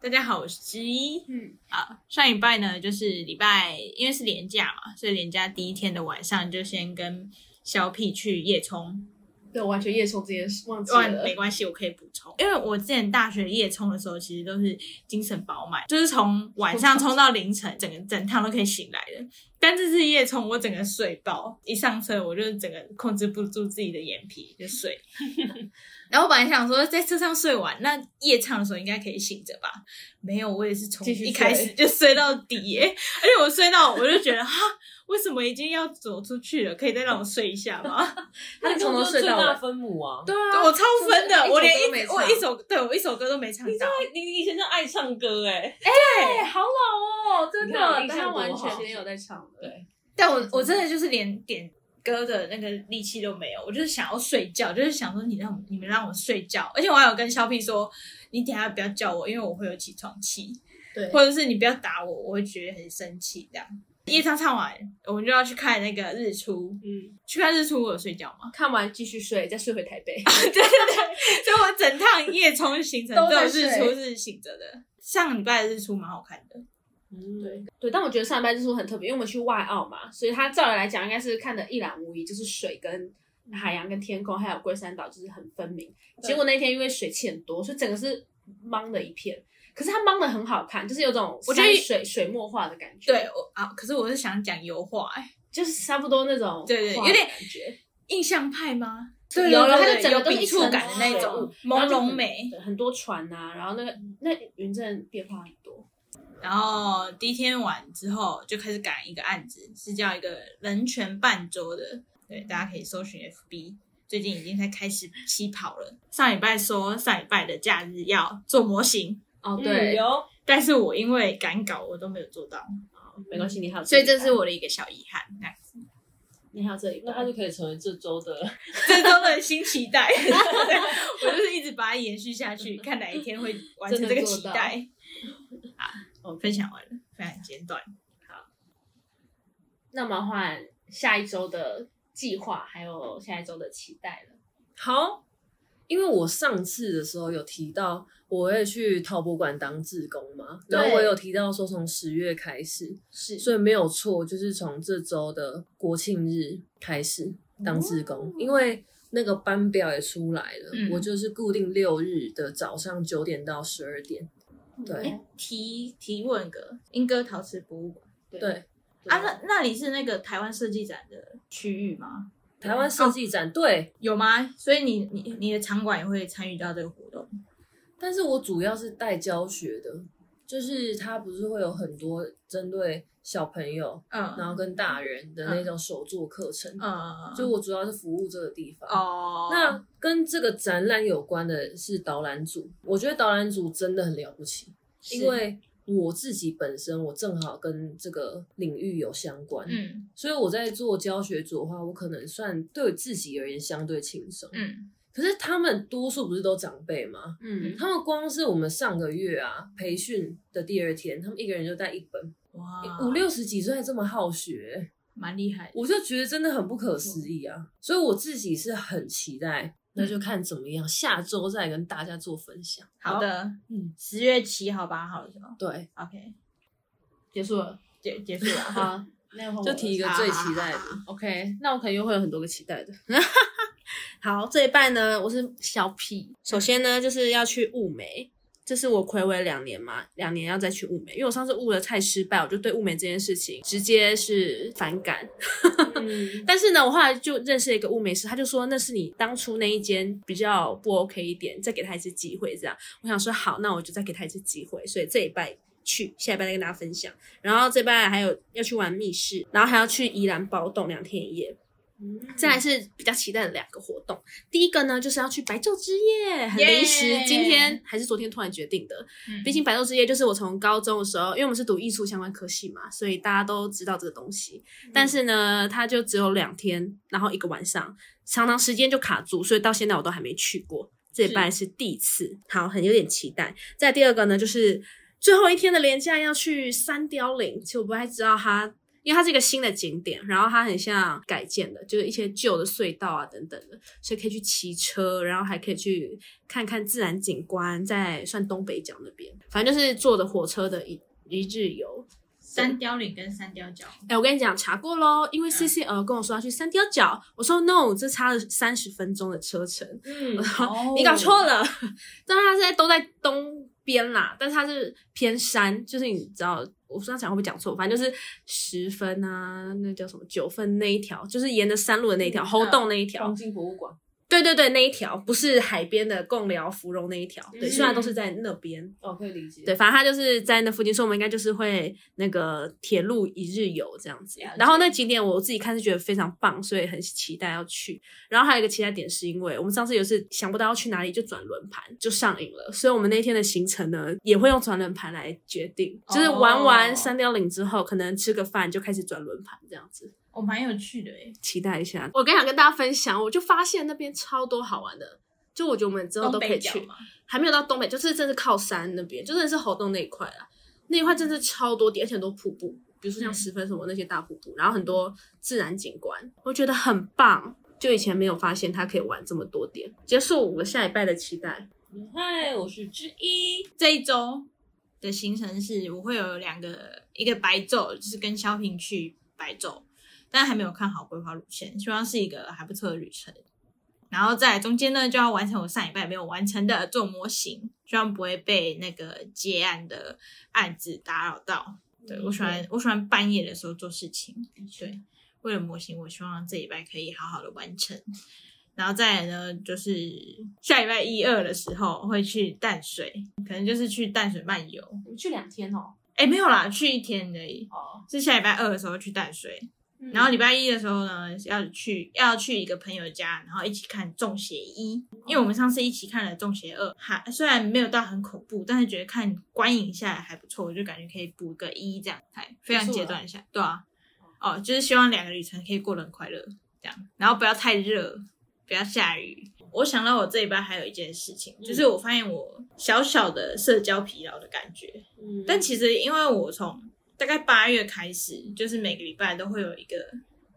[SPEAKER 4] 大家好，我是之一。
[SPEAKER 1] 嗯，
[SPEAKER 4] 好，上礼拜呢，就是礼拜，因为是连假嘛，所以连假第一天的晚上就先跟小 P 去夜冲。
[SPEAKER 1] 对，我完全夜冲这件事忘记
[SPEAKER 4] 哇，没关系，我可以补充，因为我之前大学夜冲的时候，其实都是精神饱满，就是从晚上冲到凌晨，整个整趟都可以醒来的。但这次夜冲，我整个睡爆，一上车我就是整个控制不住自己的眼皮就睡。 然后我本来想说在车上睡完，那夜唱的时候应该可以醒着吧？没有，我也是从
[SPEAKER 5] 继续
[SPEAKER 4] 一开始就睡到底耶、而且我睡到我就觉得哈，为什么已经要走出去了？可以再让我睡一下吗？
[SPEAKER 1] 他
[SPEAKER 5] 那
[SPEAKER 1] 从头
[SPEAKER 5] 就是
[SPEAKER 1] 睡
[SPEAKER 5] 最
[SPEAKER 1] 到
[SPEAKER 5] 大
[SPEAKER 1] 尾。
[SPEAKER 5] 分母啊！
[SPEAKER 1] 对
[SPEAKER 4] 对
[SPEAKER 1] 啊，
[SPEAKER 4] 我超分的，
[SPEAKER 5] 一首
[SPEAKER 4] 我连
[SPEAKER 5] 歌都没
[SPEAKER 4] 一
[SPEAKER 5] 唱
[SPEAKER 4] 我一首对我一首歌都没唱到，
[SPEAKER 5] 你你以前就爱唱歌哎，
[SPEAKER 1] 哎，好老哦，真的，
[SPEAKER 5] 你看印
[SPEAKER 1] 但
[SPEAKER 5] 象
[SPEAKER 1] 他
[SPEAKER 5] 多
[SPEAKER 1] 完
[SPEAKER 5] 好
[SPEAKER 1] 全没有在唱的。
[SPEAKER 5] 对
[SPEAKER 4] 但我我真的就是连点歌的那个力气都没有，我就是想要睡觉，就是想说你让我你们让我睡觉，而且我还有跟肖 P 说，你等一下不要叫我，因为我会有起床气，
[SPEAKER 1] 对
[SPEAKER 4] 或者是你不要打我，我会觉得很生气这样。夜唱唱完，我们就要去看那个日出。
[SPEAKER 1] 嗯，
[SPEAKER 4] 去看日出，我有睡觉吗？
[SPEAKER 1] 看完继续睡，再睡回台北。
[SPEAKER 4] 所以我整趟夜冲行程
[SPEAKER 1] 都
[SPEAKER 4] 只有
[SPEAKER 1] 在
[SPEAKER 4] 日
[SPEAKER 1] 睡
[SPEAKER 4] 出是醒着的。上礼拜的日出蛮好看的，
[SPEAKER 5] 嗯
[SPEAKER 1] 对 对，但我觉得上班日出很特别，因为我们去外澳嘛，所以它照理来讲应该是看得一览无遗，就是水跟海洋跟天空，还有龟山岛就是很分明。结果那天因为水汽很多，所以整个是茫的一片。可是它茫的很好看，就是有种
[SPEAKER 4] 我觉得
[SPEAKER 1] 山水水墨画的感觉，
[SPEAKER 4] 对，我啊，可是我是想讲油画、哎，
[SPEAKER 1] 就是差不多那种
[SPEAKER 4] 对对
[SPEAKER 1] 画的
[SPEAKER 4] 有点
[SPEAKER 1] 感觉，
[SPEAKER 4] 印象派吗？
[SPEAKER 1] 对
[SPEAKER 4] 有了，
[SPEAKER 1] 对
[SPEAKER 4] 它
[SPEAKER 1] 对
[SPEAKER 4] 就整
[SPEAKER 1] 有
[SPEAKER 4] 个都是
[SPEAKER 1] 笔
[SPEAKER 4] 一
[SPEAKER 1] 触
[SPEAKER 4] 触感的
[SPEAKER 1] 感
[SPEAKER 4] 那
[SPEAKER 1] 的
[SPEAKER 4] 种
[SPEAKER 1] 然
[SPEAKER 4] 朦
[SPEAKER 1] 后就
[SPEAKER 4] 胧
[SPEAKER 1] 很
[SPEAKER 4] 美。
[SPEAKER 1] 对很多船啊，然后那个那云真的变化很多。
[SPEAKER 4] 然后第一天晚之后就开始赶一个案子，是叫一个人权半桌的，对，大家可以搜寻 FB。最近已经在开始起跑了。上礼拜说上礼拜的假日要做模型，
[SPEAKER 1] 哦，
[SPEAKER 5] 嗯
[SPEAKER 1] 对，
[SPEAKER 5] 有
[SPEAKER 4] 但是我因为赶稿，我都没有做到，
[SPEAKER 5] 嗯
[SPEAKER 1] 没关系，你还有，
[SPEAKER 4] 所以这是我的一个小遗憾。那
[SPEAKER 1] 你还有这里，
[SPEAKER 5] 那他就可以成为这周的
[SPEAKER 4] 这周的新期待， 我就是一直把它延续下去，看哪一天会完成这个期待。好，我分享完了，非常简短。
[SPEAKER 1] 那我们换下一周的计划，还有下一周的期待了。
[SPEAKER 2] 好，因为我上次的时候有提到我会去陶博馆当志工嘛，
[SPEAKER 1] 对
[SPEAKER 2] 然后我有提到说从十月开始，
[SPEAKER 1] 是
[SPEAKER 2] 所以没有错，就是从这周的国庆日开始当志工，因为。那个班表也出来了，
[SPEAKER 4] 哦嗯
[SPEAKER 2] 我就是固定六日的早上九点到十二点，对
[SPEAKER 4] 哎，提提问个英歌陶瓷博物馆
[SPEAKER 2] 对，
[SPEAKER 4] 啊，那那里是那个台湾设计展的区域吗？
[SPEAKER 2] 台湾设计
[SPEAKER 4] 哦
[SPEAKER 2] 展，对，
[SPEAKER 4] 有吗？所以你你你的场馆也会参与到这个活动？
[SPEAKER 2] 但是我主要是带教学的，就是它不是会有很多针对小朋友，然
[SPEAKER 4] 嗯
[SPEAKER 2] 后跟大人的那种手作课程，
[SPEAKER 4] 嗯，
[SPEAKER 2] 就我主要是服务这个地方。
[SPEAKER 4] 哦，
[SPEAKER 2] 那跟这个展览有关的是导览组，我觉得导览组真的很了不起，
[SPEAKER 4] 是
[SPEAKER 2] 因为我自己本身我正好跟这个领域有相关，
[SPEAKER 4] 嗯
[SPEAKER 2] 所以我在做教学组的话，我可能算对我自己而言相对轻松。
[SPEAKER 4] 嗯
[SPEAKER 2] 可是他们多数不是都长辈吗？
[SPEAKER 1] 嗯，
[SPEAKER 2] 他们光是我们上个月啊培训的第二天，他们一个人就带一本，
[SPEAKER 4] 哇，
[SPEAKER 2] 五六十几岁还这么好学，
[SPEAKER 4] 蛮厉害的，
[SPEAKER 2] 我就觉得真的很不可思议啊！所以我自己是很期待，那
[SPEAKER 1] 嗯
[SPEAKER 2] 就看怎么样，下周再跟大家做分享。
[SPEAKER 4] 好，的，
[SPEAKER 2] 嗯，
[SPEAKER 4] 十月七号八号的时候
[SPEAKER 2] 对，
[SPEAKER 4] ，OK，
[SPEAKER 1] 结束了。
[SPEAKER 4] 结结束了，好，
[SPEAKER 1] 好，那换我
[SPEAKER 2] 就提一个最期待的，
[SPEAKER 1] OK，那我可能又会有很多个期待的。 好，这一半呢，我是小屁。首先呢，就是要去雾眉，这是我暌违两年嘛，两年要再去雾眉，因为我上次雾了菜失败，我就对雾眉这件事情直接是反感。
[SPEAKER 4] 嗯
[SPEAKER 1] 但是呢，我后来就认识了一个雾眉师，他就说那是你当初那一间比较不 OK 一点，再给他一次机会这样。我想说好，那我就再给他一次机会，所以这一拜去，下一拜再跟大家分享。然后这拜还有要去玩密室，然后还要去宜兰包栋两天一夜。再来是比较期待的两个活动，第一个呢就是要去白昼之夜，很临时
[SPEAKER 4] Yeah
[SPEAKER 1] 今天还是昨天突然决定的。
[SPEAKER 4] 嗯
[SPEAKER 1] 毕竟白昼之夜就是我从高中的时候，因为我们是读艺术相关科系嘛，所以大家都知道这个东西。但是呢，它就只有两天，然后一个晚上，常常时间就卡住，所以到现在我都还没去过。这一拜是第一次，好，很有点期待。再第二个呢，就是最后一天的连假要去三貂岭，其实我不太知道它，因为它是一个新的景点，然后它很像改建的，就是一些旧的隧道啊等等的，所以可以去骑车，然后还可以去看看自然景观，在算东北角那边，反正就是坐的火车的一一日游。
[SPEAKER 4] 三貂岭跟三貂角，
[SPEAKER 1] 哎、我跟你讲，查过喽，因为 C C 呃跟我说要去三貂角，我说 no，这差了三十分钟的车程，
[SPEAKER 5] 嗯，
[SPEAKER 4] 哦
[SPEAKER 1] 你搞错了，但它现在都在东边啦，但是它是偏山，就是你知道，我不知道讲会不会讲错，反正就是十分啊，那叫什么九分那一条，就是沿着山路的那一条，猴洞那一条，
[SPEAKER 2] 哦
[SPEAKER 5] 黄金博物馆
[SPEAKER 1] 对对对，那一条不是海边的贡寮芙蓉那一条，对，
[SPEAKER 5] 嗯
[SPEAKER 1] 虽然都是在那边，
[SPEAKER 5] 哦，可以理解。
[SPEAKER 1] 对，反正它就是在那附近，所以我们应该就是会那个铁路一日游这样子
[SPEAKER 5] 了解。
[SPEAKER 1] 然后那景点我自己看是觉得非常棒，所以很期待要去。然后还有一个期待点是因为我们上次有一次想不到要去哪里，就转轮盘就上瘾了，所以我们那天的行程呢也会用转轮盘来决定，就是玩
[SPEAKER 4] 哦
[SPEAKER 1] 完三貂岭之后，可能吃个饭就开始转轮盘这样子。
[SPEAKER 4] 我蛮有趣的诶，
[SPEAKER 1] 期待一下，我刚想跟大家分享，我就发现那边超多好玩的，就我觉得我们之后
[SPEAKER 4] 东
[SPEAKER 1] 都可以
[SPEAKER 4] 北角
[SPEAKER 1] 去。
[SPEAKER 4] 嘛，
[SPEAKER 1] 还没有到东北，就是真的是靠山那边，就真的是猴洞那一块啦，那一块真的是超多点，而且很多瀑布，比如说像
[SPEAKER 4] 嗯
[SPEAKER 1] 十分什么那些大瀑布，然后很多自然景观，我觉得很棒。就以前没有发现它可以玩这么多点。结束我下一拜的期待，
[SPEAKER 5] 嗨，我是之一，
[SPEAKER 4] 这一周的行程是我会有两个，一个白昼就是跟肖平去白昼，但还没有看好规划路线，希望是一个还不错的旅程。然后在中间呢，就要完成我上礼拜没有完成的做模型，希望不会被那个接案的案子打扰到。嗯对我喜欢，我喜欢半夜的时候做事情。对，为了模型，我希望这礼拜可以好好的完成。然后再来呢，就是下礼拜一二的时候会去淡水，可能就是去淡水漫游。
[SPEAKER 1] 我们去两天哦，
[SPEAKER 4] 哎、没有啦，去一天而已，
[SPEAKER 5] 哦，
[SPEAKER 4] 是下礼拜二的时候去淡水，然后礼拜一的时候呢，要去要去一个朋友家，然后一起看《中邪一》，因为我们上次一起看了《中邪二》，还虽然没有到很恐怖，但是觉得看观影下来还不错，我就感觉可以补个一这样，还非常阶段一下，对啊，哦，就是希望两个旅程可以过得很快乐，这样，然后不要太热，不要下雨。我想到我这一班还有一件事情，就是我发现我小小的社交疲劳的感觉，
[SPEAKER 1] 嗯
[SPEAKER 4] 但其实因为我从大概八月开始，就是每个礼拜都会有一个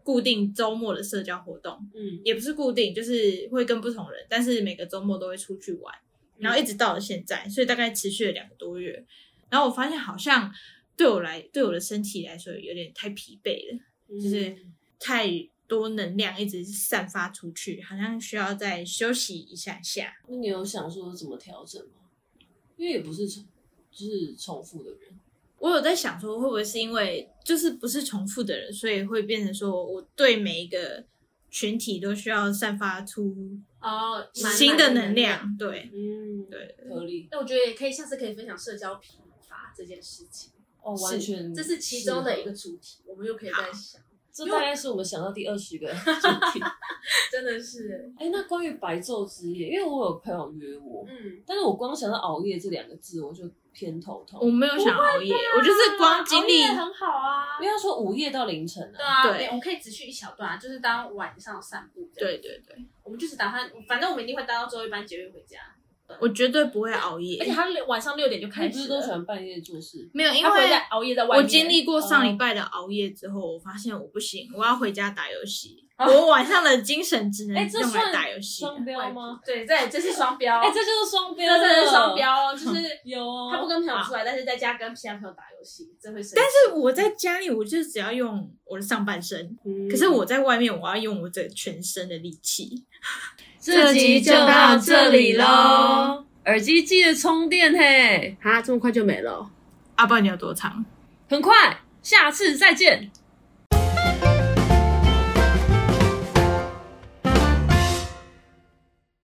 [SPEAKER 4] 固定周末的社交活动，
[SPEAKER 1] 嗯
[SPEAKER 4] 也不是固定，就是会跟不同人，但是每个周末都会出去玩，然后一直到了现在，所以大概持续了两个多月。然后我发现好像对我来，对我的身体来说有点太疲惫了，
[SPEAKER 1] 嗯
[SPEAKER 4] 就是
[SPEAKER 5] 嗯
[SPEAKER 4] 太多能量一直散发出去，好像需要再休息一下下。
[SPEAKER 5] 那你有想说怎么调整吗？因为也不是重，就是重复的人，
[SPEAKER 4] 我有在想说，会不会是因为就是不是重复的人，所以会变成说我对每一个群体都需要散发出
[SPEAKER 1] 哦，满满
[SPEAKER 4] 新的能。量。对，
[SPEAKER 1] 嗯，对。
[SPEAKER 5] 合理
[SPEAKER 1] 那我觉得也可以，下次可以分享社交疲乏这件事情，
[SPEAKER 5] 哦，完全
[SPEAKER 1] 这是其中的一个，主题，我们又可以再想。
[SPEAKER 5] 这大概是我们想到第二十 个主题。
[SPEAKER 1] 真的是，
[SPEAKER 5] 哎，那关于白昼之夜，因为我有朋友约我，
[SPEAKER 1] 嗯，
[SPEAKER 5] 但是我光想到熬夜这两个字，我就偏头痛。
[SPEAKER 1] 嗯
[SPEAKER 4] 我没有想熬夜，我就是光经历
[SPEAKER 1] 啊熬夜很好啊
[SPEAKER 5] 因。为他说午夜到凌晨
[SPEAKER 1] 对
[SPEAKER 5] 啊，
[SPEAKER 1] 啊，
[SPEAKER 4] 对
[SPEAKER 1] 对，我们可以只去一小段啊，就是当晚上散步。，
[SPEAKER 4] 对对对，
[SPEAKER 1] 我们就是打算，反正我们一定会搭到最后一班捷运回家。
[SPEAKER 4] 我绝对不会熬夜
[SPEAKER 1] 而且，他六晚上六点就
[SPEAKER 5] 他
[SPEAKER 1] 开
[SPEAKER 5] 不
[SPEAKER 1] 始
[SPEAKER 5] 是
[SPEAKER 1] 了，
[SPEAKER 5] 都喜欢半夜做事？
[SPEAKER 4] 没有，因
[SPEAKER 1] 他回
[SPEAKER 4] 为
[SPEAKER 1] 家嗯熬夜在外面。
[SPEAKER 4] 我经历过上礼拜的熬夜之后，我发现我不行，我要回家打游 戏，
[SPEAKER 1] 哦
[SPEAKER 4] 我晚上的精神只能
[SPEAKER 5] 哎，这
[SPEAKER 4] 用来
[SPEAKER 5] 算
[SPEAKER 4] 打游戏。啊
[SPEAKER 5] 双标吗？？
[SPEAKER 1] 对，这这是双标，
[SPEAKER 5] 哎，这就是双标
[SPEAKER 1] 这
[SPEAKER 5] 了，
[SPEAKER 1] 真的是双标哦，就是
[SPEAKER 5] 有哦。
[SPEAKER 1] 他不跟朋友出来，但是在家跟其他朋友打游戏，真会生气。
[SPEAKER 4] 但是我在家里，我就只要用我的上半身，可是我在外面，我要用我这全身的力气。
[SPEAKER 2] 这
[SPEAKER 4] 集就到这里咯，
[SPEAKER 2] 耳机记得充电嘿，
[SPEAKER 1] 啊，这么快就没了。
[SPEAKER 4] 阿爸，你有多长？
[SPEAKER 2] 很快，下次再见，